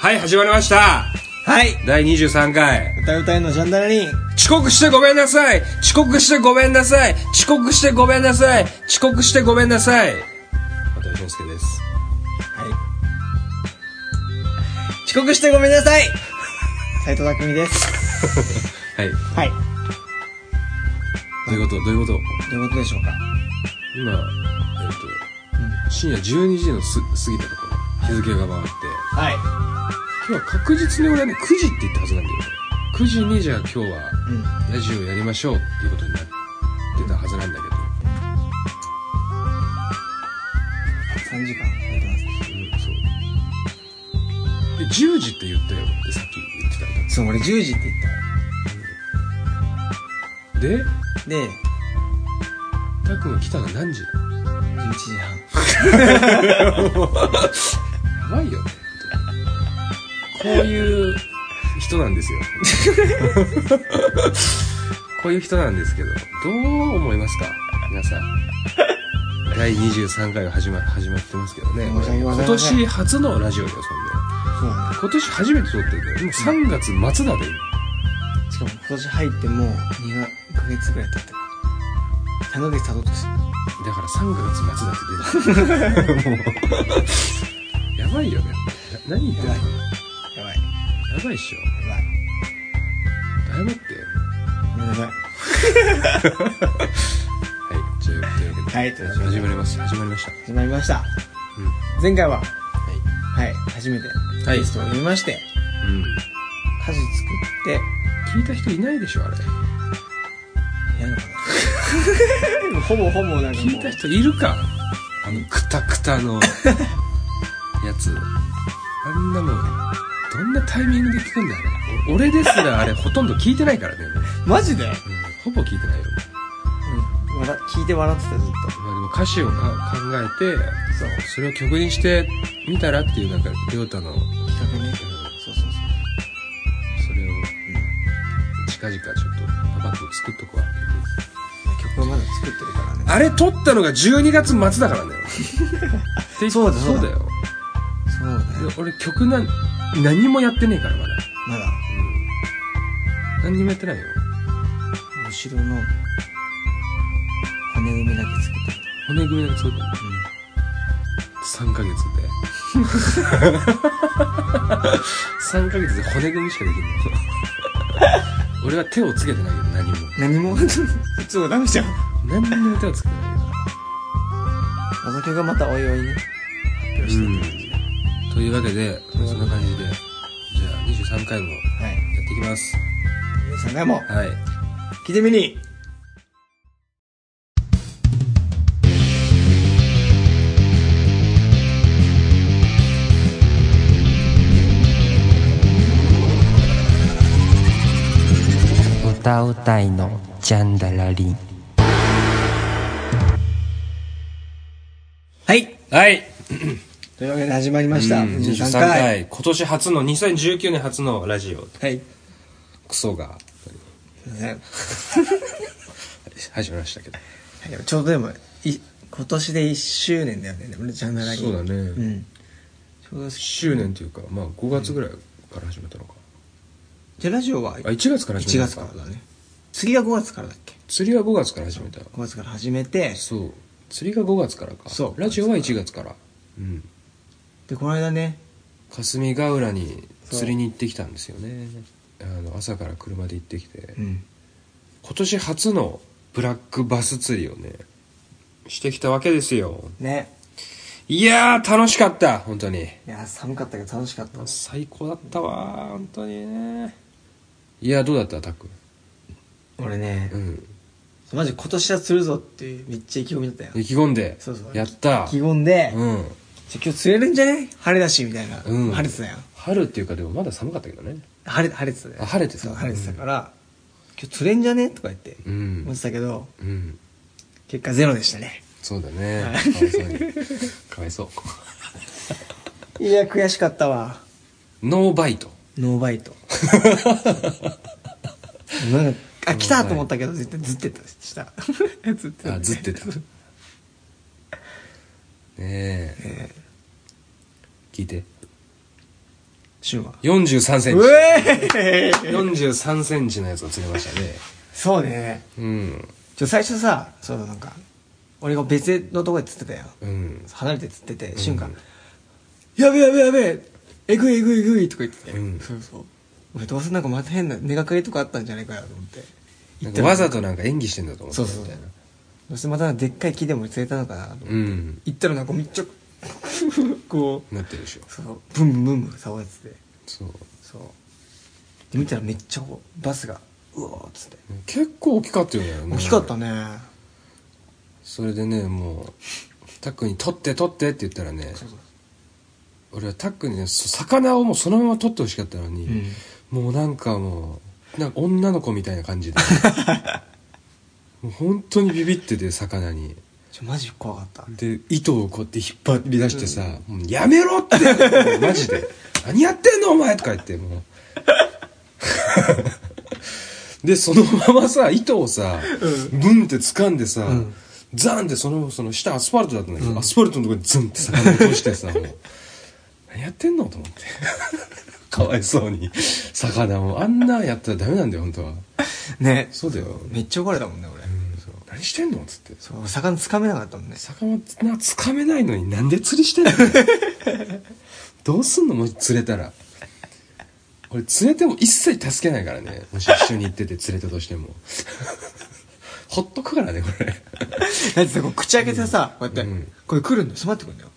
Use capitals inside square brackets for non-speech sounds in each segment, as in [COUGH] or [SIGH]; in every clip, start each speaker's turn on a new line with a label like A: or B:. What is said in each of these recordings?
A: はい、始まりました。
B: はい
A: 第23回。
B: 歌うたいのジャンダラリン
A: 遅刻してごめんなさい遅刻してごめんなさい遅刻してごめんなさい遅刻してごめんなさい渡辺俊介です。
B: 遅刻してごめんなさい [LAUGHS] 斉藤匠です
A: はい。ど
B: はいど
A: ういうことどういうこと
B: ういうことでしょうか
A: 今、えっと、深夜12時のす過ぎたところ、日付が回って、
B: はい
A: 今日は確実に俺はね、9時って言ったはずなんだよ。9時にじゃあ今日は
B: うん
A: ラジオやりましょうっていうことになってたはずなんだけど。
B: 3時間やって
A: う
B: ま
A: んそうで10時って言ったよってさっき言ってたん
B: すそう俺10時って言っ
A: だで
B: たで
A: たっくんが来たの何時だ
B: 11時半
A: やばいよね本当にこういう人なんですよ [LAUGHS] こういう人なんですけどどう思いますか皆さん第23回が始ま始まってますけどね
B: 申し訳ござ
A: 今
B: いません
A: 年初のラジオだよそんで
B: そうなんだ
A: 今年初めて撮ってるんだよ今3月末だで
B: しかも今年入ってもう2ヶ月ぐらい経ったから3ヶ月経とうとして
A: だから3月末だって出たもう
B: [LAUGHS]
A: やばいよねな何言ってんの
B: や
A: や
B: ばやばい
A: ばいっしょ
B: やばい
A: 謝って
B: ごめんなさい
A: はいというというわけで、
B: はいというわけで
A: 始まります始まりました
B: 始まりました
A: う
B: 前回ははいい初めて
A: はい
B: ゲストを呼びまして
A: ん、うん、
B: 家事作って
A: 聞いた人いないでしょあれ
B: やるのかな [LAUGHS] ほぼほぼなんか
A: 聞
B: も
A: いうた人いるかあのクタク
B: [LAUGHS]
A: タのやつあんなもんどんなタイミングで聞くんだよあれお俺ですらあれほとんど聞いてないからね、もう
B: マジで
A: うん、ほぼ聞いてないよ
B: うん、笑聞いて笑ってたずっ
A: まあでも歌詞をか考えて
B: とそう
A: それを曲にしてみたらっていうなんか亮太の、うん
B: 企画ねそうそうそ
A: それを近々ちょっとパパッと作っとこわ
B: う曲はまだ作ってるからね
A: あれ撮ったのが12月末だからねで
B: [LAUGHS] そうだそう
A: そう
B: だ
A: だよ
B: そうだよ
A: で俺曲なん何もやってねえからまだ、
B: まだ
A: うん、何にもやってないよ
B: 後ろの骨組みだけ作ってる
A: 骨組みだけそうだよ3ヶ月で
B: [LAUGHS]
A: 3ヶ月で骨組みしかできんの俺は手をつけてないけど何も
B: 何 [LAUGHS] もいつもダメじゃん
A: 何にも手をつけてないよ
B: 謎曲がまたおいおいね発表してるって感じで、
A: というわけで、そんな感じで、じゃあ23回もや
B: はい
A: っていきます。
B: 皆さんねもう
A: はい。
B: 聞いてみに
C: 歌うたいのジャンダラリン
B: はい
A: はい。
B: というわけで始まりました、
A: 23
B: 23回
A: 回。今年初の、2019年初のラジオ、
B: はい
A: クソが
B: ね
A: 始まりましたけど。
B: はいちょうどでもい今年で1周年だよねでもジャンナラギ
A: そうだね
B: うんちょうど
A: 1周年というか、まあ5月ぐらいから始めたのか。
B: じゃあラジオは
A: あ、1月から始
B: 1
A: めた
B: 月からだね次が5月からだっけ
A: 釣りは5月から始めた。
B: 5月から始めて
A: そう。釣りが5月からか。
B: そう
A: ラジオは1月から。うん。
B: でこの間ね
A: 霞ヶ浦に釣りに行ってきたんですよね。あの、朝から車で行ってきて。
B: うん
A: 今年初のブラックバス釣りをねしてきたわけですよ
B: ね
A: いやー楽しかった本当に
B: いや寒かったけど楽しかった
A: 最高だったわー本当にねいやどうだったタック
B: 俺ね
A: うん
B: マジ今年は釣るぞっていうめっちゃ意気込みだったよ
A: 意気込んで
B: そうそう
A: やった
B: 意気込んで、
A: う
B: じゃあ
A: ん
B: 今日釣れるんじゃね晴れだしみたいな、
A: うん
B: 晴れてたよ
A: 春っていうかでもまだ寒かったけどね
B: 晴れ晴れてたよ
A: あ晴れてた
B: そう晴れてたから、今日釣れんじゃねとか言って
A: う
B: 思っ
A: ん
B: てたけど
A: うん
B: 結果ゼロでしたね
A: そうだねかわいそう
B: [LAUGHS]
A: にかわいそう
B: いや悔しかったわ
A: ノーバイト
B: ノーバイ
A: [LAUGHS]
B: トなんかあ来たと思ったけど絶対ずってたした [LAUGHS] ずってた
A: あずってたねえ聞いて
B: シ
A: [LAUGHS]
B: ュウは。
A: 43センチ。
B: うえー
A: 43センチのやつを釣れましたね。
B: そうね。
A: うん。
B: ちょ、最初さ、そうなんか、俺が別のとこで釣ってたよ。
A: うん。
B: 離れて釣ってて、瞬間、やべえやべえやべええぐいえぐいえぐいとか言ってて、
A: うん
B: そうそう。俺どうせなんかまた変な寝かけとかあったんじゃないかよと思って。
A: なんかわざとなんか演技してんだと思って
B: そう
A: た
B: そう
A: みたいな。
B: どうせまたでっかい木でも釣れたのかなと思って
A: うん。
B: 行ったらなんかめっちゃこう
A: なってるでしょ。
B: そうブンブンブンブン騒いでて
A: そう。
B: そうで見たらめっちゃこうバスがうおーっつって
A: 結構大きかったよね。
B: 大きかった
A: ね。
B: ね
A: それでね、もう、タックに取って取ってって言ったらね、
B: そうそう
A: 俺はタックにね、そ魚をもうそのまま取ってほしかったのに、
B: うん
A: もうなんかもう、なんか女の子みたいな感じ [LAUGHS] で。もう本当にビビってて、魚に。
B: ちょマジ怖かった
A: で、糸をこうやって引っ張り出してさ、もうやめろってもうマジで。 [LAUGHS] 何やってんのお前とか言って、もう。 [LAUGHS] で、そのままさ、糸をさ、ブンって掴んでさ、
B: ん
A: ザンってその、その下アスファルトだったんだけど、アスファルトのとこにズンって魚落としてさ、もう、何やってんのと思って。 [LAUGHS] かわいそうに。魚を。あんなやったらダメなんだよ、本当は。
B: ね
A: そうだよ。
B: めっちゃ怒られたもんね俺
A: そう何してんのつって。
B: そう魚つかめなかったもんね
A: 魚なつかめないのになんで釣りしてんの [LAUGHS] どうすんのもし釣れたら俺釣れても一切助けないからねもし一緒に行ってて釣れたとしても [LAUGHS] ほっとくからねこれ
B: だってさこう口開けてさこうやって
A: うん
B: これ来るんだよ迫ってくるんだよ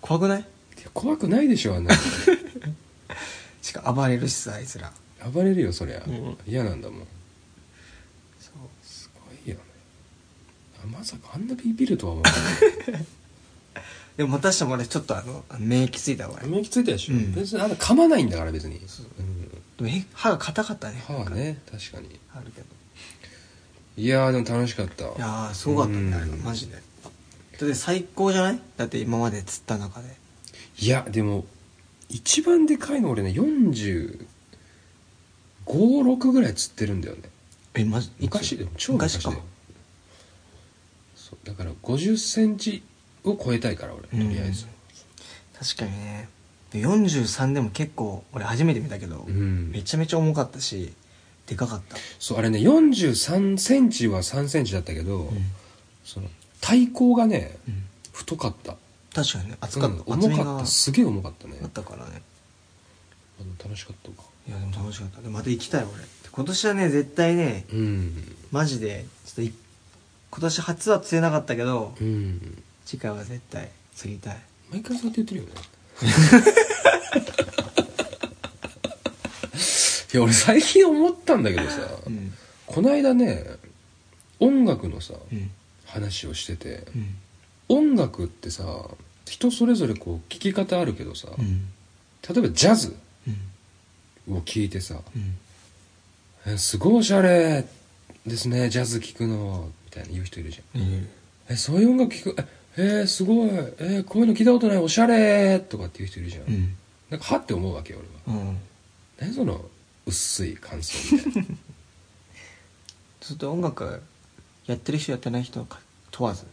B: 怖くない
A: いや怖くないでしょあんなの
B: しか暴れるしさあいつら
A: 暴れるよそりゃ、
B: うん
A: 嫌なんだもん
B: そう
A: すごいよねあまさかあんなビビるとは思わ
B: でもまたしても俺ちょっとあのあの免疫ついたわ
A: ない
B: 俺
A: 免疫ついたでしょ、
B: うん
A: 別にあんな噛まないんだから別に、うん、
B: でもえ歯が硬かったね
A: 歯はね確かに
B: あるけど
A: いやーでも楽しかった
B: いやーすごかったねあれ
A: うん
B: マジでだって最高じゃないだって今まで釣った中で
A: いやでも一番でかいの俺ね456ぐらい釣ってるんだよね
B: えマジ
A: 昔だよ超昔だよそうだから5 0センチを超えたいから俺とりあえず
B: 確かにねで43でも結構俺初めて見たけど、
A: うん、
B: めちゃめちゃ重かったしでかかった
A: そうあれね43センチは3センチだったけど、その体高がね
B: うん
A: 太かった
B: 確かにね厚かった、
A: うん
B: 厚
A: 重
B: み
A: かっ
B: が
A: たすげえ重かったね
B: あったからね
A: あの楽しかったわ
B: いやでも楽しかったでまた行きたい俺今年はね絶対ね
A: うん
B: マジでちょっとい今年初は釣れなかったけど、
A: うん
B: 次回は絶対釣りたい
A: 毎回そうやって言ってるよねいや俺最近思ったんだけどさ、
B: うん
A: こないだね音楽のさ、
B: うん
A: 話をしてて
B: うん
A: 音楽ってさ人それぞれこう聴き方あるけどさ、
B: うん
A: 例えばジャズ
B: うん
A: を聴いてさ
B: うん
A: 「えすごいおしゃれですねジャズ聴くの」みたいな言う人いるじゃん「えそういう音楽聴くええーすごいえーこういうの聞いたことないおしゃれ」とかって言う人いるじゃん、
B: うん
A: なんかはって思うわけよ俺は
B: うん
A: 何その薄い感想みたいな
B: ずっと音楽やってる人やってない人か問わず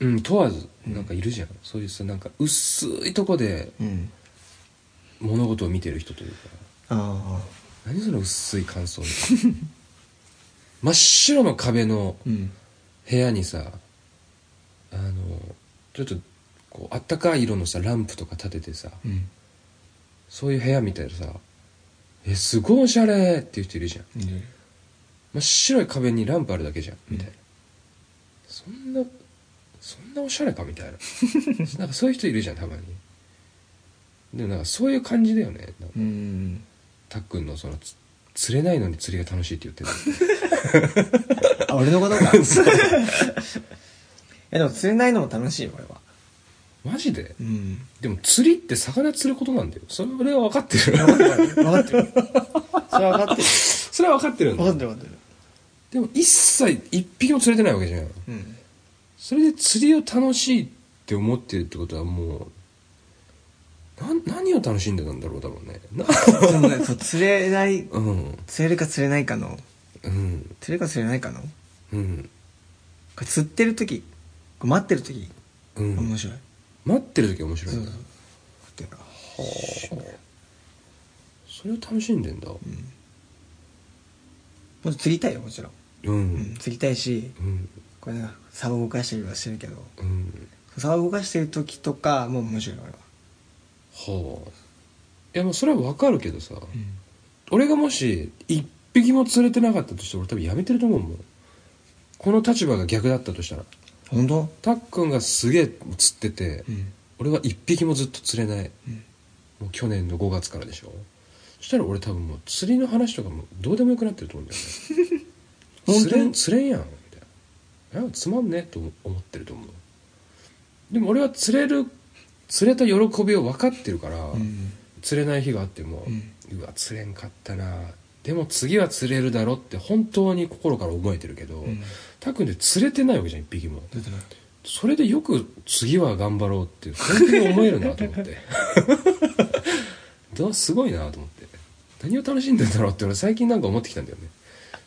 A: うん問わずなんかいるじゃん、そういうさなんか薄いとこで
B: うん
A: 物事を見てる人というか
B: ああ
A: 何その薄い感想みたいな真っ白の壁の
B: うん
A: 部屋にさあのちょっとこうあったかい色のさランプとか立ててさ
B: うん
A: そういう部屋みたいなさ「えすごいおしゃれ!」って言ってるじゃん真っ白い壁にランプあるだけじゃんみたいな、そんなそんなおしゃれかみたい [LAUGHS] ななんかそういう人いるじゃんたまにでもなんかそういう感じだよねなんか
B: うん
A: たっくんのそのつ釣れないのに釣りが楽しいって言ってる
B: あ俺のこと [LAUGHS] かいやでも釣れないのも楽しいよ俺は
A: [LAUGHS] マジで
B: うん
A: でも釣りって魚釣ることなんだよそれは分かってる
B: 分かってるそれは分かってる
A: [LAUGHS] それは分かってるんだ
B: 分かってる分かってる
A: でも一切一匹も釣れてないわけじゃん
B: うん
A: それで釣りを楽しいって思ってるってことはもうなん何を楽しんでたんだろうだろうねな
B: でもねそう釣れない
A: うん
B: 釣れるか釣れないかの
A: うん
B: 釣れるか釣れないかの
A: うん
B: これ釣ってる時これ待ってる時
A: うん
B: 面白い
A: 待ってる時は面白い
B: そ
A: ん
B: う
A: だ
B: そうだから
A: それを楽しんでんだ
B: もっと釣りたいよもちろ
A: う
B: ん、
A: んう
B: うん
A: ん
B: 釣りたいし
A: うん、
B: これなんか竿を動かしたりはしてるけど竿を動かしてる時とかも面白いよ俺は、
A: はあいやもうそれはわかるけどさ、俺がもし一匹も釣れてなかったとして俺多分やめてると思うもんこの立場が逆だったとしたら
B: 本当
A: たっくんがすげえ釣ってて、
B: ん
A: 俺は一匹もずっと釣れない、
B: ん
A: もう去年の5月からでしょそしたら俺多分もう釣りの話とかもうどうでもよくなってると思うんだよね
B: [LAUGHS] 本当に
A: 釣れん釣れんやんみたいななんかつまんねえと思ってると思うでも俺は釣れる釣れた喜びを分かってるから、
B: うん
A: 釣れない日があっても、
B: うん
A: うわ釣れんかったなでも次は釣れるだろって本当に心から思えてるけど、
B: ん
A: たっくんで釣れてないわけじゃん一匹も
B: だってな
A: それでよく次は頑張ろうって本当に思えるなと思って [LAUGHS] だすごいなと思って何を楽しんでんだろうって俺最近なんか思ってきたんだよね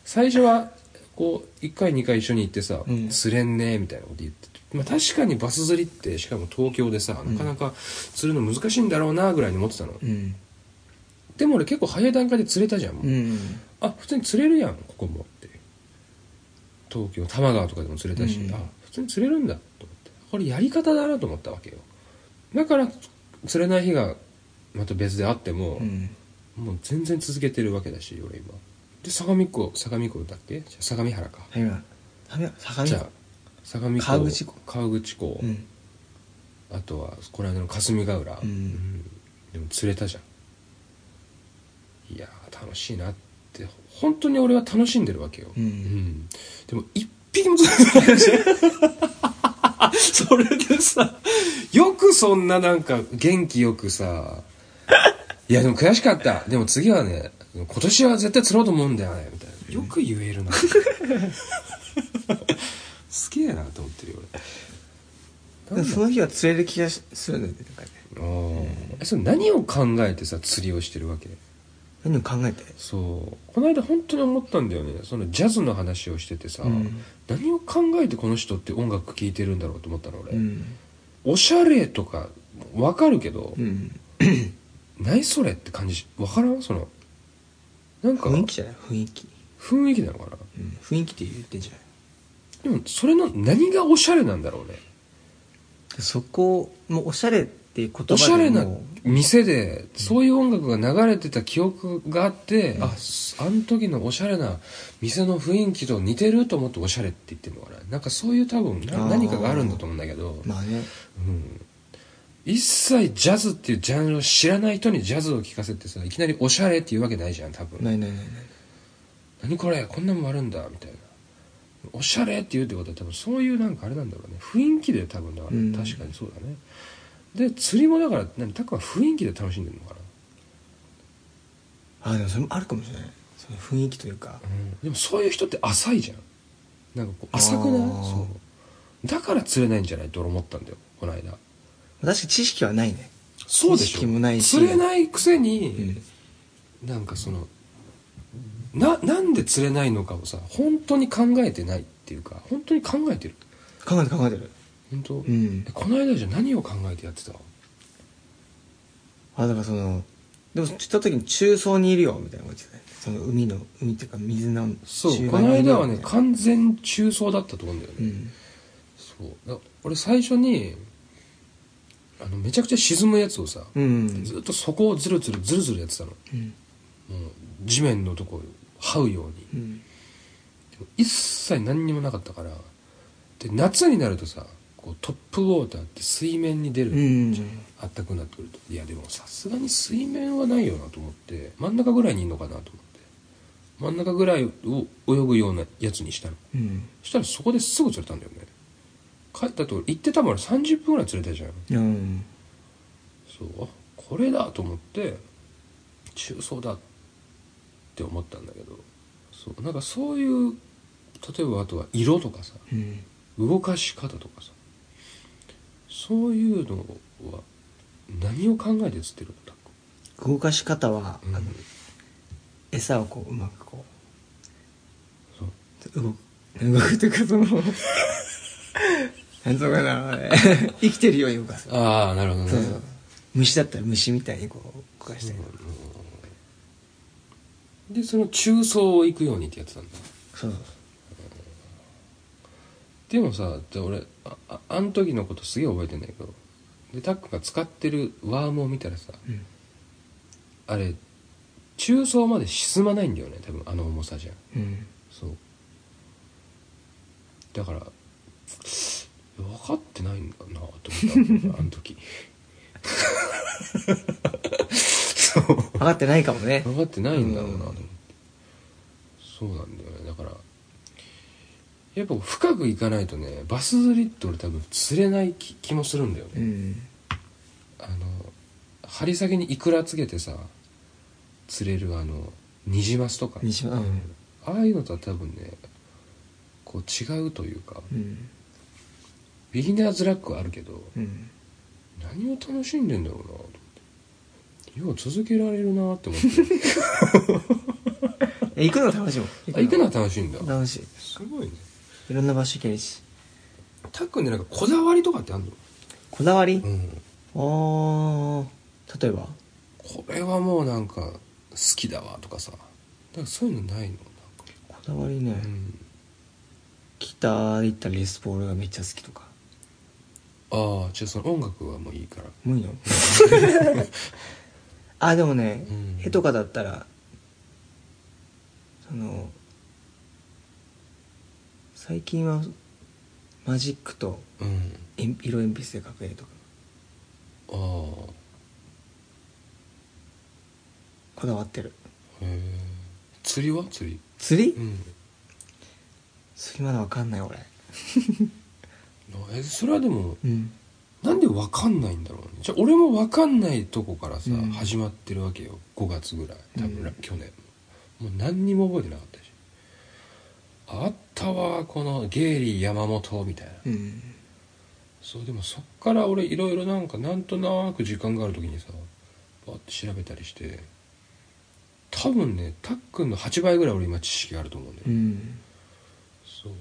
A: 最初はこう1回2回一緒に行ってさ、
B: うん
A: 釣れんねえみたいなこと言ってて、まあ、確かにバス釣りってしかも東京でさなかなか釣るの難しいんだろうなぐらいに思ってたの、
B: うん
A: でも俺結構早い段階で釣れたじゃん、もう
B: うん
A: あ普通に釣れるやんここもって東京多摩川とかでも釣れたし、
B: うん
A: あ普通に釣れるんだと思ってこれやり方だなと思ったわけよだから釣れない日がまた別であっても、
B: うん
A: もう全然続けてるわけだし俺今で相模湖相模湖だっけじゃあ相模原か、
B: はいは相模
A: じゃあ相模湖
B: 河口湖
A: 河口湖
B: うん
A: あとはこの間の霞ヶ浦、
B: うん
A: でも釣れたじゃんいやー楽しいなって本当に俺は楽しんでるわけよ、
B: う
A: うんんでも一匹も釣れてないじゃんそれでさよくそんななんか元気よくさいやでも悔しかったでも次はね今年は絶対釣ろうと思うんだよねみたいなよく言えるなすげえなと思ってるよ俺
B: でもその日は釣れる気がしするんだよねなんかね
A: あーえそれ何を考えてさ釣りをしてるわけ
B: 何を考えて
A: そうこの間本当に思ったんだよねそのジャズの話をしててさ、
B: うん
A: 何を考えてこの人って音楽聴いてるんだろうと思ったの俺、
B: うん
A: おしゃれとかわかるけど、
B: うん
A: 何それって感じしわからんそのなんか
B: 雰囲気じゃない雰囲気
A: 雰囲気なのかな
B: うん雰囲気って言ってんじゃない
A: でもそれの何がおしゃれなんだろうね
B: そこもおしゃれっていう言葉でも
A: おしゃれな店でそういう音楽が流れてた記憶があって、あすあの時のおしゃれな店の雰囲気と似てると思っておしゃれって言ってるのかななんかそういう多分な
B: あー
A: 何かがあるんだと思うんだけど、
B: まあね
A: うん、一切ジャズっていうジャンルを知らない人にジャズを聴かせてさいきなりおしゃれって言うわけないじゃん多分
B: ないないないない
A: 何これこんなもんあるんだみたいなおしゃれって言うってことは多分そういうなんかあれなんだろうね雰囲気で多分だから、
B: うん
A: 確かにそうだねで釣りもだから何タクは雰囲気で楽しんでるのかな、
B: あでもそれもあるかもしれないその雰囲気というか
A: でもそういう人って浅いじゃんなんかこう浅くない
B: あー
A: そうだから釣れないんじゃないって俺思ったんだよこの間
B: 確かに知識はないね
A: そうで
B: 知
A: し
B: 識
A: ょ
B: もないし
A: 釣れないくせに、なんかそのななんで釣れないのかをさ本当に考えてないっていうか本当に考えてる
B: 考えてる考えてる
A: 本当、
B: うん
A: えこの間じゃ何を考えてやってた
B: あだからそのでもちょっと時に中層にいるよみたいなことじゃないその海の海っていうか水の
A: そう
B: 中
A: こ
B: 盤
A: の
B: にいるよ
A: 間はね
B: みたいな
A: 完全中層だったと思うんだよね、
B: うん
A: そうだ俺最初にあのめちゃくちゃ沈むやつをさ、
B: うん
A: ずっとそこをズルズルズルズルやってたのも
B: うん
A: う地面のとこを這うように
B: うん
A: でも一切何にもなかったからで夏になるとさこうトップウォーターって水面に出る、
B: うん
A: あったくなってくるといやでもさすがに水面はないよなと思って真ん中ぐらいにいるのかなと思って真ん中ぐらいを泳ぐようなやつにしたの
B: うん
A: そしたらそこですぐ釣れたんだよね帰ったと行ってたもん30分ぐらい釣れたじゃん
B: うん
A: そうあこれだと思って中層だって思ったんだけどそうなんかそういう例えばあとは色とかさ
B: うん
A: 動かし方とかさそういうのは何を考えて釣ってるのタッ
B: 動かし方は、
A: ク、うん
B: あの餌をこううまくこ
A: そう
B: う動く動くというかその
A: [LAUGHS]
B: なんとかなあれ生きてるように動かす
A: ああなるほどね
B: そうそう虫だったら虫みたいにこう動かしたりとか
A: でその中層を行くようにってやってたんだ
B: そう
A: でもさで俺あああん時のことすげえ覚えてんだけどでタックが使ってるワームを見たらさ
B: うん
A: あれ中層まで沈まないんだよね多分あの重さじゃん
B: うん
A: そうだから分かってないんだなと思
B: [LAUGHS]
A: ったあの時そう
B: 分かってないかもね
A: 分かってないんだろうなと思っ
B: う
A: て
B: ん
A: そうなんだよねだからやっぱ深く行かないとねバス釣りって俺多分釣れない気気もするんだよね、
B: うん
A: あの針先にイクラつけてさ釣れるあのニジマスとか
B: 西村うん
A: ああいうのとは多分ねこう違うというか
B: うん
A: ビギナーズラックはあるけど
B: うん
A: 何を楽しんでんだろうなと思ってよう続けられるなって思って [LAUGHS]
B: え行くの楽しいもん
A: あ行くのは楽しいんだ
B: 楽しい
A: すごいね
B: いろんな場所行けるした
A: っくんでなんかこだわりとかってあるの
B: こだわり
A: うん
B: ああ例えば
A: これはもうなんか好きだわとかさだからそういうのないの
B: こだわりね
A: なんか、うん、
B: ギターで行ったらレスポールがめっちゃ好きとか
A: ああじゃあその音楽はもういいから
B: 無理なの [LAUGHS] あでもね
A: うん
B: 絵とかだったらその最近はマジックと
A: うん
B: えん色鉛筆で描く絵とか
A: ああ
B: こだわってる
A: へえ釣りは釣り
B: 釣り、
A: うん
B: 釣りまだわかんない俺
A: えそれはでも
B: うん
A: なんで分かんないんだろうねじゃあ俺も分かんないとこからさ、
B: うん
A: 始まってるわけよ5月ぐらい多分、
B: うん
A: 去年もう何にも覚えてなかったしあったわこのゲイリー山本みたいな、
B: うん
A: そうでもそっから俺いろいろなんかなんとなく時間がある時にさバーって調べたりして多分ねたっくんの8倍ぐらい俺今知識があると思うんだよ、
B: うん
A: そう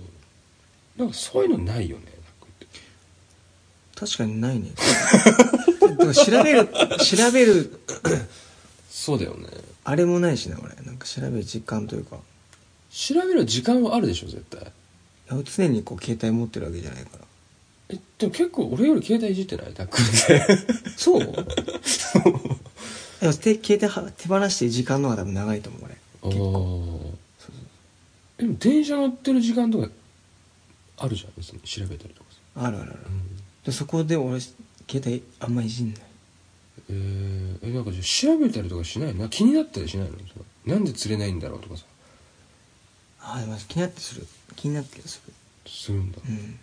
A: なんかそういうのないよねたっくんって
B: 確かにないね [LAUGHS] でも調べる調べる
A: そうだよね
B: あれもないしな俺なんか調べる時間というか
A: 調べる時間はあるでしょ絶対
B: いや常にこう携帯持ってるわけじゃないから
A: えでも結構俺より携帯いじってないたっくんって [LAUGHS]
B: そう [LAUGHS] でも手携帯は手放して時間の方が多分長いと思う俺
A: おおでも電車乗ってる時間とかあるじゃん別に調べたりとかさ、
B: あるあるある
A: うん
B: でそこで俺携帯あんまいじんない
A: えー、えなんかじゃあ調べたりとかしないの気になったりしないのそのなんで釣れないんだろうとかさ
B: ああでも気になってする気になってする
A: するんだ、
B: うん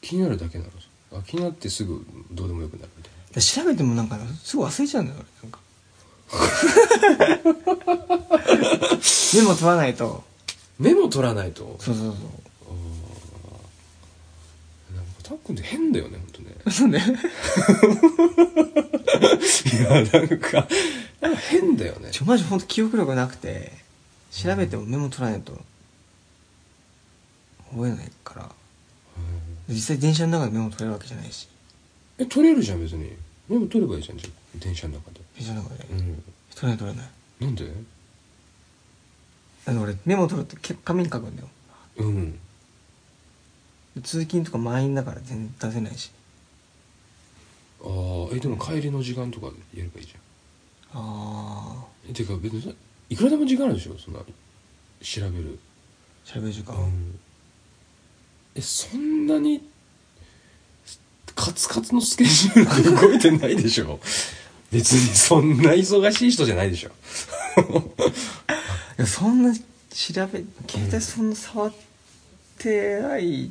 A: 気になるだけなのさあ気になってすぐどうでもよくなるみたい
B: で調べてもなんかすぐ忘れちゃうんだよ俺なんか [LAUGHS] メモ取らないと
A: なメモ取らないと
B: そうそう
A: なんかたっくんって変だよねほんとね
B: そうそうね
A: [LAUGHS] いやなんかなんか変だよね
B: ちょマジ本当記憶力なくて調べてもメモ取らないと覚えないから
A: うん
B: 実際電車の中でメモ取れるわけじゃないし
A: え取れるじゃん別にメモ取ればいいじゃんじゃあ電車の中で
B: 電車の中で
A: うん
B: 取れない取れない
A: なんで
B: あの俺メモ取るって結構紙に書くんだよ
A: うん
B: 通勤とか満員だから全然出せないし
A: ああえでも帰りの時間とかやればいいじゃん
B: ああ
A: えてか別にそいくらでも時間あるでしょそんな調べる、
B: 調べる時間、
A: えそんなにカツカツのスケジュールで動いてないでしょ別にそんな忙しい人じゃないでしょ
B: いやそんな調べ携帯そんな触ってない、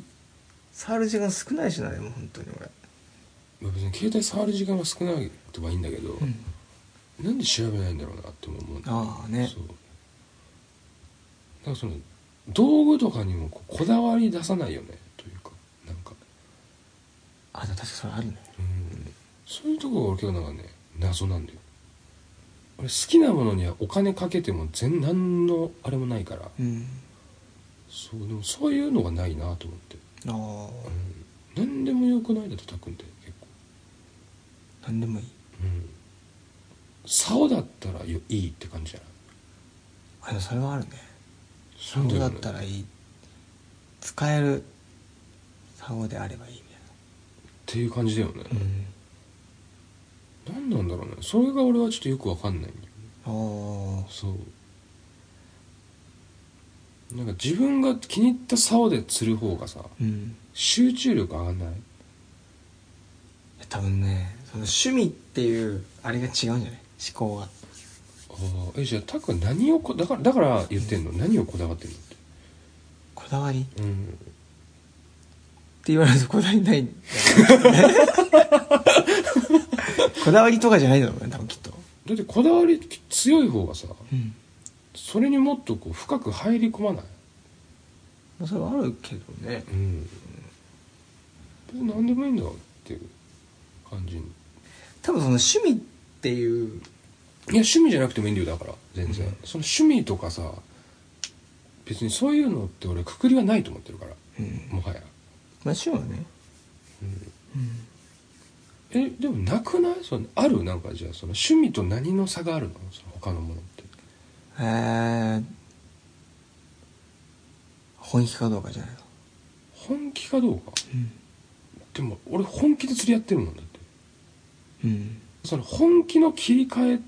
B: 触る時間少ないしなでも本当に俺
A: まあ別に携帯触る時間が少ないとはいいんだけど、
B: うん
A: なんで調べないんだろうなっても思うんだよ
B: ああね
A: そうなんかその道具とかにもこうこだわり出さないよねというかなんか、
B: あでも確かにそれあるね
A: うん、そういうとこが俺結構なんかね謎なんだよ俺好きなものにはお金かけても全何のあれもないから、
B: うん
A: そうでもそういうのがないなと思って、
B: あ
A: う
B: あ
A: ん、何でもよくないだとたくんって結構、
B: 何でもいい
A: うん、竿だったらよいいって感じじゃない
B: あでもそれはあるね
A: そ
B: タオだったらいい使えるタオであればいいみ
A: っていう感じだよね
B: たいな
A: 何なんだろうねそれが俺はちょっとよくわかんないんだよね
B: うんあ
A: そうなんか自分が気に入った竿で釣る方がさ
B: ーうん
A: 集中力上がんない
B: 多分ねその趣味っていうあれが違うんじゃない思考が
A: ああえじゃあタクは何をこだからだから言ってんの何をこだわってんのって
B: こだわりって
A: うん
B: 言われるとこだわりないんだよね [LAUGHS] こだわりとかじゃないだろうね多分きっと
A: だってこだわり強い方がさ
B: うん
A: それにもっとこう深く入り込まない
B: まあそれはあるけどね
A: うん何でもいいんだっていう感じにい
B: 多分その趣味っていう
A: や趣味じゃなくてもいいんだよだから全然、
B: うん
A: その趣味とかさ別にそういうのって俺くくりはないと思ってるから
B: うん
A: もはや
B: まあ趣味はね
A: えでもなくないそのあるなんかじゃあその趣味と何の差があるのその他のものって
B: えー本気かどうかじゃないの
A: 本気かどうか
B: うん
A: でも俺本気で釣りやってるもんだって
B: うん
A: その本気の切り替えっ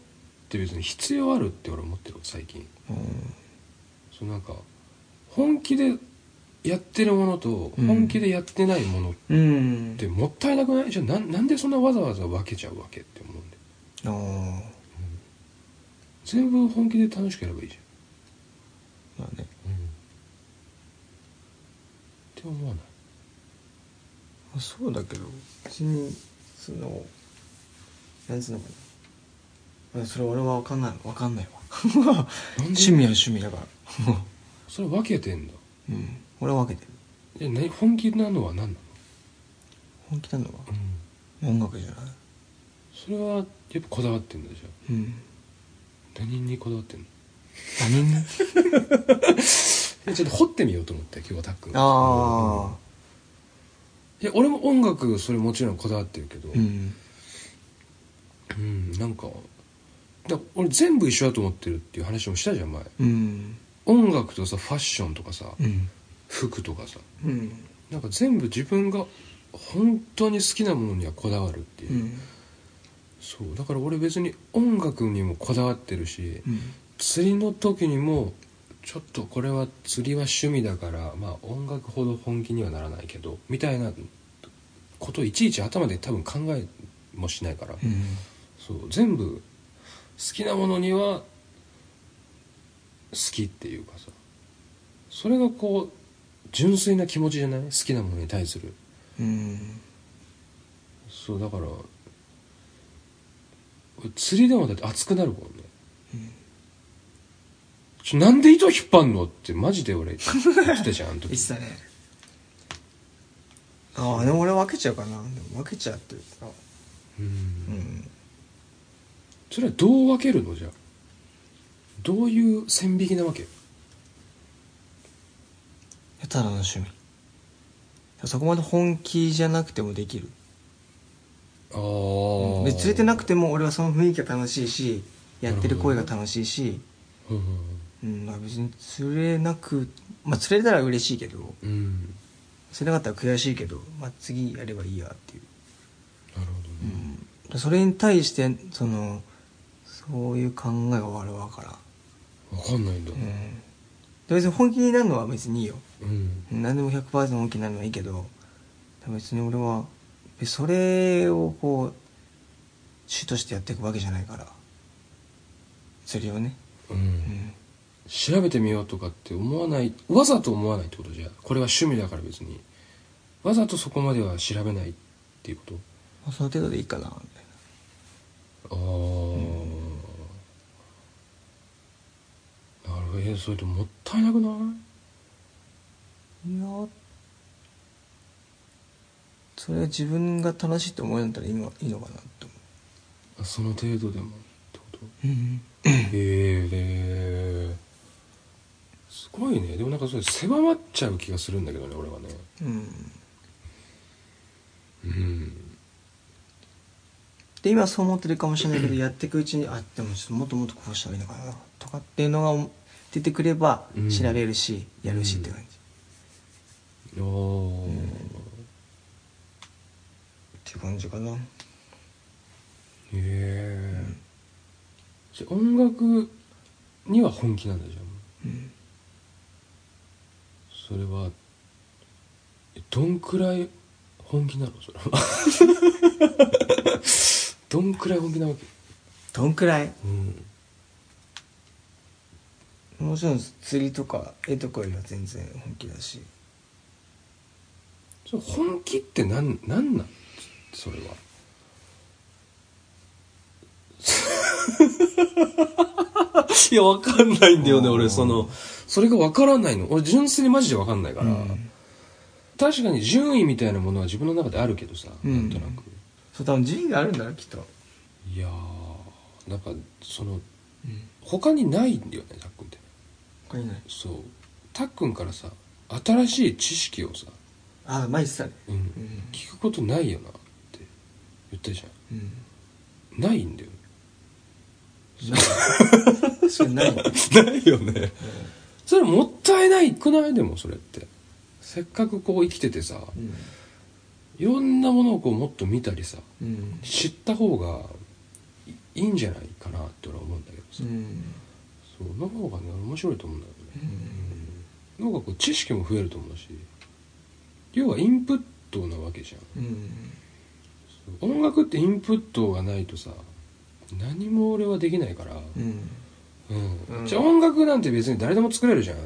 A: て別に必要あるって俺思ってる最近そのなんか本気でやってるものと
B: うん
A: 本気でやってないものっ
B: うん
A: てもったいなくない、じゃあなんなんでそんなわざわざ分けちゃうわけって思うんで
B: あー
A: 全部本気で楽しくやればいいじ
B: まあね
A: ゃん、って思わない
B: まあそうだけど別にそのなんつうのかなまあそれ俺は分かんない分かんないわ趣味は趣味だから
A: それ分けてんだ
B: うん俺は分けてる
A: じゃあ何本気なのは何な
B: 本気なのは
A: の、
B: 音楽じゃない
A: それはやっぱこだわってんだじゃ
B: うん
A: あ何にこだわってんの
B: 他人ね
A: えちょっと掘ってみようと思って今日はタックン
B: あ
A: いや俺も音楽それもちろんこだわってるけど
B: あうん
A: うんなんかだ俺全部一緒だと思ってるっていう話もしたじゃん前
B: うん
A: 音楽とさファッションとかさ
B: うん
A: 服とかさ
B: うん
A: なんか全部自分が本当に好きなものにはこだわるっていうう、
B: ん
A: そうだから俺別に音楽にもこだわってるし、
B: うん
A: 釣りの時にもちょっとこれは釣りは趣味だからまあ音楽ほど本気にはならないけどみたいなことをいちいち頭で多分考えもしないから、
B: うん
A: そう全部好きなものには好きっていうかさそれがこう純粋な気持ちじゃない好きなものに対する
B: うん
A: そうだから釣りでもだって熱くなるもんね、ちょなんで糸引っ張んのってマジで俺言ってたじゃんあの
B: 言 [LAUGHS]
A: 時
B: ってたねああでも俺分けちゃうかなでも分けちゃうっていうか
A: うん
B: うん
A: それはどう分けるのじゃあどういう線引きなわけ
B: ただの趣味そこまで本気じゃなくてもできる
A: ああ
B: 別に連れてなくても俺はその雰囲気が楽しいしやってる声が楽しいし、
A: うんうん
B: うんまあ、別に釣れなくまあ釣れたら嬉しいけど
A: うんうん
B: 釣れなかったら悔しいけど、まあ、次やればいいやっていう、
A: なるほどね、
B: それに対してそのそういう考えが俺は分からん
A: わかんないんだ、
B: うんで別に本気になるのは別にいいよ
A: うん
B: 何でも100%本気になるのはいいけど別に俺はそれをこう主としてやっていくわけじゃないから釣りをね、
A: う、
B: うんん、
A: 調べてみようとかって思わないわざと思わないってことじゃこれは趣味だから別にわざとそこまでは調べないっていうこ
B: まあその程度でいいかなみたい
A: とああ、なるほどえーそれってもったいなくない
B: ないやそれは自分が楽しいと思うんだったらいいのいいのかなと思
A: あその程度でもってこと
B: う、うん、
A: へえすごいねでもなんかそれ狭まっちゃう気がするんだけどね俺はねうん
B: で今はそう思ってるかもしれないけどやっていくうちにあでもちょっともっともっとこうしたらいいのかなとかっていうのがっててくれば
A: うん
B: 調べるし、やるしって感じ、
A: おおー、
B: って感じかな
A: へえ、じゃあ音楽には本気なんだじゃん
B: うん
A: それはえどんくらい本気なのそれは
B: [LAUGHS]
A: どんくらい本気なわけ
B: どんくらい
A: うん
B: もちろん釣りとか絵とかよりは全然本気だし
A: それ本気ってなんなんなんそれはそ [LAUGHS] いやわかんないんだよね
B: あー
A: 俺そのそれがわからないの俺純粋にマジでわかんないから、
B: うん
A: 確かに順位みたいなものは自分の中であるけどさ、
B: うん
A: なんとなく
B: そう多分順位があるんだろきっと
A: いやーなんかその他にないんだよねたっくんって
B: 他にない
A: そうたっくんからさ新しい知識をさ、
B: あ前言ってたね
A: うん
B: うん
A: 聞くことないよなって言ったじゃ
B: うん
A: んないんだよ
B: それない
A: ないよねそれもったいないくないでもそれってせっかくこう生きててさ
B: うん
A: いろんなものをこうもっと見たりさ
B: うん
A: 知った方がいいいんじゃないかなって俺は思うんだけど
B: う
A: さ、
B: ん
A: そうの方がね面白いと思うんだよね、なんかこう知識も増えると思うし要はインプットなわけじゃん
B: うん
A: 音楽ってインプットがないとさ何も俺はできないから、
B: うん
A: うん
B: うん
A: じゃあ音楽なんて別に誰でも作れるじゃん、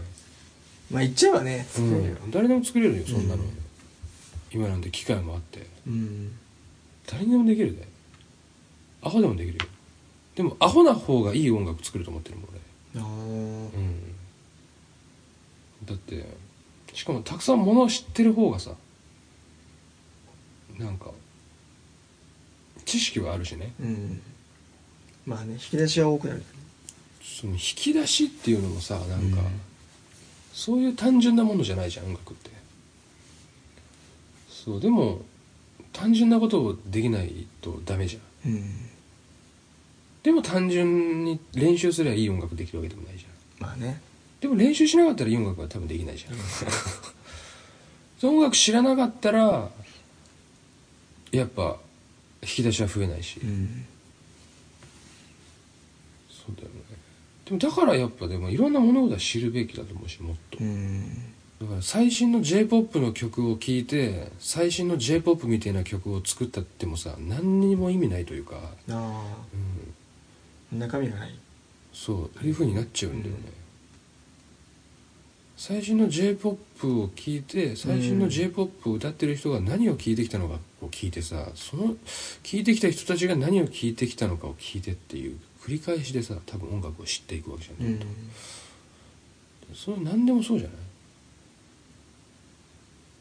B: まあ言っちゃえばね
A: う
B: 作れるよ
A: ん、誰でも作れるよそんなの、
B: うん
A: 今なんて機械もあって
B: うん
A: 誰にでもできるでアホでもできるよでもアホな方がいい音楽作ると思ってるもん
B: あー
A: 俺、うん、だってしかもたくさんものを知ってる方がさなんか知識はあるしね
B: うんまあね引き出しは多くなる
A: その引き出しっていうのもさなんか、
B: うん
A: そういう単純なものじゃないじゃん音楽ってそうでも単純なことをできないとダメじゃん
B: うん
A: でも単純に練習すればいい音楽できるわけでもないじゃん
B: まあね
A: でも練習しなかったらいい音楽は多分できないじゃん [LAUGHS] その音楽知らなかったらやっぱ引き出しは増えないし、
B: うん
A: そうだよねでもだからやっぱでもいろんな物事は知るべきだと思うしもっと、
B: うん
A: だから最新の j p o p の曲を聴いて最新の j p o p みたいな曲を作ったってもさ何にも意味ないというか、
B: あ
A: うん、
B: あ中身がない
A: そういうふうになっちゃうんだよね、最新の j p o p を聴いて最新
B: う
A: の
B: ん
A: j p o p を歌ってる人が何を聴いてきたのかを聞いてさその聴いてきた人たちが何を聴いてきたのかを聞いてっていう繰り返しでさ多分音楽を知っていくわけじゃない、それ何でもそうじゃない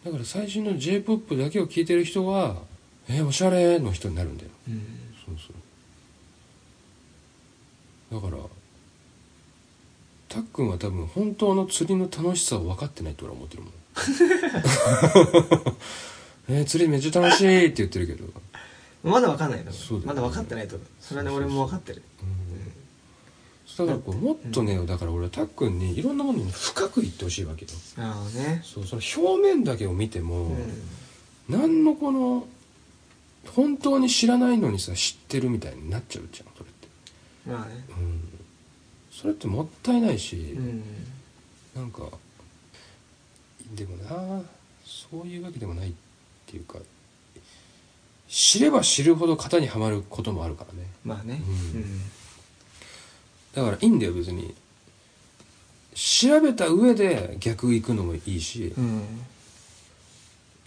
A: だから最新の j p o p だけを聴いてる人は「えーおしゃれ」の人になるんだよ
B: うん
A: そうそうだからたっくんは多分本当の釣りの楽しさを分かってないと俺は思ってる
B: [LAUGHS]
A: もんえー釣りめっちゃ楽しいって言ってるけど、
B: まだ分かんないの
A: そうだよ
B: ま
A: ね
B: だ分かってないと思うそれはね
A: そうそう
B: 俺
A: そう
B: も分かってる
A: だからこうもっとねだから俺はたっくんにいろんなものに深く言ってほしいわけよ
B: ああね
A: そうその表面だけを見ても、
B: うん
A: 何のこの本当に知らないのにさ知ってるみたいになっちゃうじゃんそれって、
B: まあね
A: うん、それってもったいないし、
B: うん
A: なんかでもなそういうわけでもないっていうか知れば知るほど型にはまることもあるからね
B: まあね
A: う
B: うんん
A: だからいいんだよ別に調べた上で逆行くのもいいし、
B: うん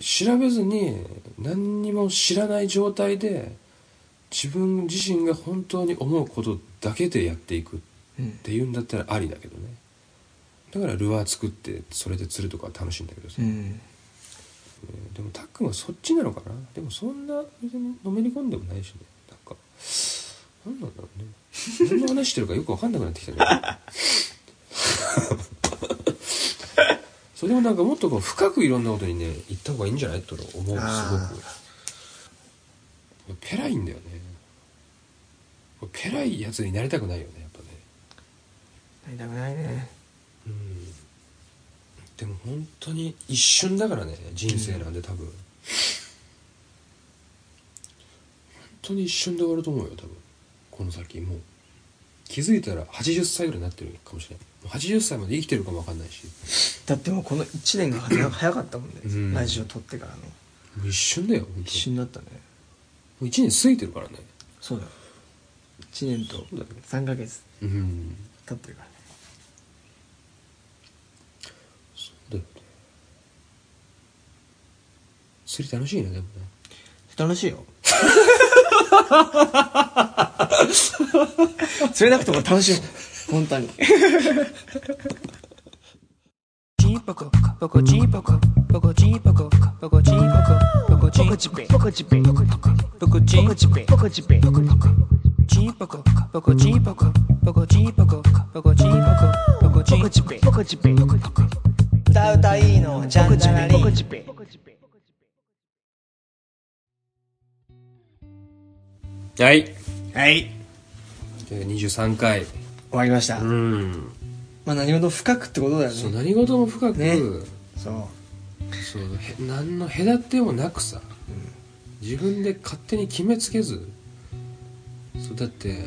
A: 調べずに何にも知らない状態で自分自身が本当に思うことだけでやっていくっ
B: うん
A: ていうんだったらありだけどねだからルアー作ってそれで釣るとかは楽しいんだけどさ、
B: うん
A: えーでもたっくんはそっちなのかなでもそんな別にのめり込んでもないしねなんか何なんだろうね何の話してるかよく分かんなくなってきたけどそれでもなんかもっとこう深くいろんなことにね行った方がいいんじゃないと思うすごく
B: あ
A: ペラいんだよねペラいやつになりたくないよねやっぱね
B: なりたくないね
A: うんでも本当に一瞬だからね人生なんで多分、本当に一瞬で終わると思うよ多分この先もう気づいたら80歳ぐらいになってるかもしれないもう80歳まで生きてるかもわかんないし
B: だってもうこの1年が早早かったもんね、
A: うん
B: ラジオ撮ってからの
A: もう一瞬だよ本
B: 一
A: 当に
B: 瞬だったね
A: もう1年過ぎてるからね
B: そうだよ1年と
A: そうだよ
B: 3ヶ月
A: うん
B: 経ってるからね
A: そうだよね釣り楽しいねでもね
B: 楽しい [LAUGHS] よ釣れなくても楽しいもん本当に
D: Poco, poco, chi, poco, poco, chi, poco, poco, chi, poco, poco, chi, poco, chi, poco, poco, poco, chi, poco, chi, poco, poco, chi, poco, poco, chi, poco, poco, chi, poco, poco, chi, poco, poco, chi, poco, chi, poco, poco.
E: 歌うたいいのジャンジャラリン
D: Poco, chi, poco, chi.
A: はい
B: はい
A: で23回
B: 終わりました、
A: うん
B: まあ何事も深くってことだよ
A: そう
B: ね
A: 何事も深く、
B: ねそう
A: そうへ何の隔てもなくさ、自分で勝手に決めつけずそうだって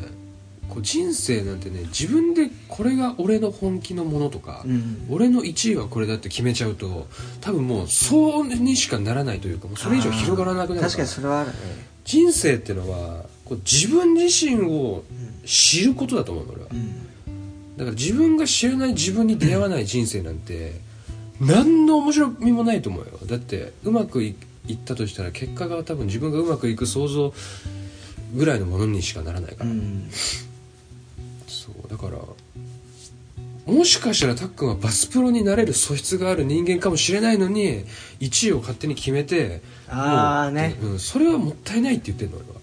A: こう人生なんてね自分でこれが俺の本気のものとか、
B: うん
A: 俺の1位はこれだって決めちゃうと多分もうそうにしかならないというかもうそれ以上広がらなくなる
B: 確かにそれはあるね
A: 人生ってのはこう自分自身を知ることだと思うの俺は、だから自分が知らない自分に出会わない人生なんて何の面白みもないと思うよだってうまくいいったとしたら結果が多分自分がうまくいく想像ぐらいのものにしかならないか
B: う
A: ら、
B: ん
A: そうだからもしかしたらたっくんはバスプロになれる素質がある人間かもしれないのに1位を勝手に決めて
B: あーね
A: もううん、それはもったいないって言ってんの俺は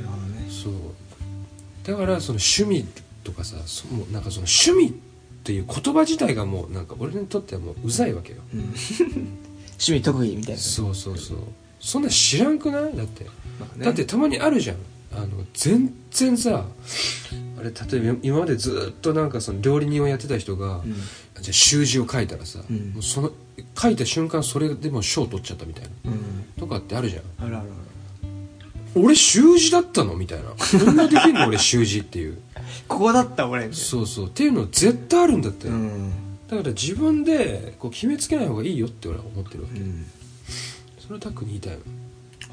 B: なるほどね
A: そうだからその趣味とかさそもうなんかその趣味っていう言葉自体がもうなんか俺にとってはもううざいわけよ、
B: [LAUGHS] 趣味特技みたいな
A: そうそうそうそんなん知らんくないだって、
B: まあね
A: だってたまにあるじゃんあの全然さあれ例えば今までずっとなんかその料理人をやってた人が、
B: ん
A: じゃあ習字を書いたらさ、
B: うん
A: もうその書いた瞬間それでもう賞取っちゃったみたいな
B: うん
A: とかってあるじゃん
B: あるある
A: 俺習字だったのみたいなこんなできんの俺習字っていう
B: ここだった俺みたい
A: そうそうっていうの絶対あるんだって、
B: なうん
A: だから自分でこう決めつけない方がいいよって俺は思ってるわけ、
B: うん
A: それはタックに言いたいの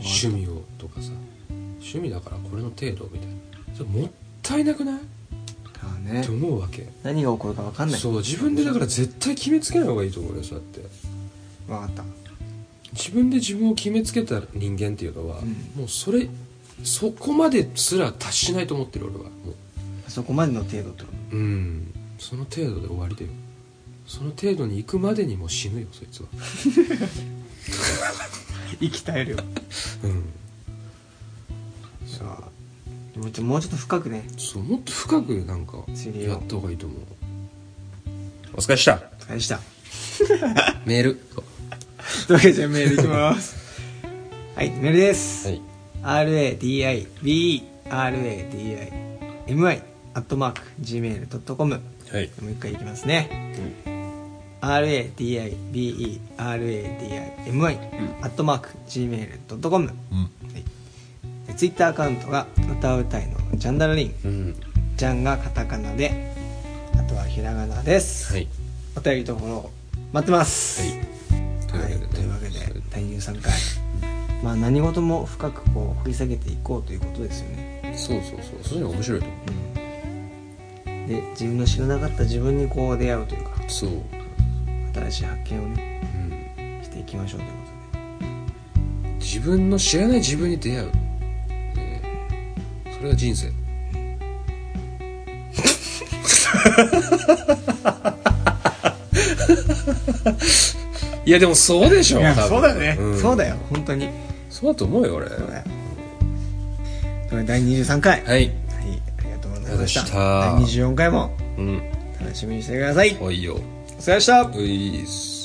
A: 趣味をとかさ趣味だからこれの程度みたいなそれもったいなくないっ
B: あーね
A: て思うわけ
B: 何が起こるか分かんない
A: そう自分でだから絶対決めつけない方がいいと思うよそうやって
B: 分かった
A: 自分で自分を決めつけた人間っていうのは、もうそれそこまですら達しないと思ってる俺はもう
B: そこまでの程度ってこと
A: うんその程度で終わりだよその程度に行くまでにもう死ぬよそいつは
B: 生き耐えるよ
A: うん
B: さあもうちょもうちょっと深くね
A: そうもっと深くなんか
B: 釣りを
A: やった方がいいと思うお疲れした
B: お疲れした
A: メール
B: というわけでじゃあメールいきます [LAUGHS] はいメールです、
A: はい
B: RADIBRADIMI アットマーク Gmail.com も
A: はい、
B: う一回いきますね、RADIBERADIMI、アットマーク Gmail.com、はいで、ツイッターアカウントが歌う歌いのジャンダルリン
A: うん、
B: ジャンがカタカナであとはひらがなです、
A: はい
B: お便りところ待ってます
A: はいと
B: はいいう
A: わけでね
B: というわけで第23回まあ何事も深くこう掘り下げていこうということですよね
A: そうそうそうそういうのが面白いと思
B: で自分の知らなかった自分にこう出会うというか
A: うそう、
B: 新しい発見をね
A: うん、
B: していきましょうということで
A: 自分の知らない自分に出会う、ねそれが人 [LAUGHS] 生いやでもそうでしょ多分ん
B: そうだよ本当に
A: そうだと思うよ俺
B: そうだよというわけで第23回はい、
A: はい
B: ありがとうございました
A: ありがとうございま
B: 第24回も
A: うん
B: 楽しみにしてください
A: おいよ
B: お疲れ様でした
A: ういっす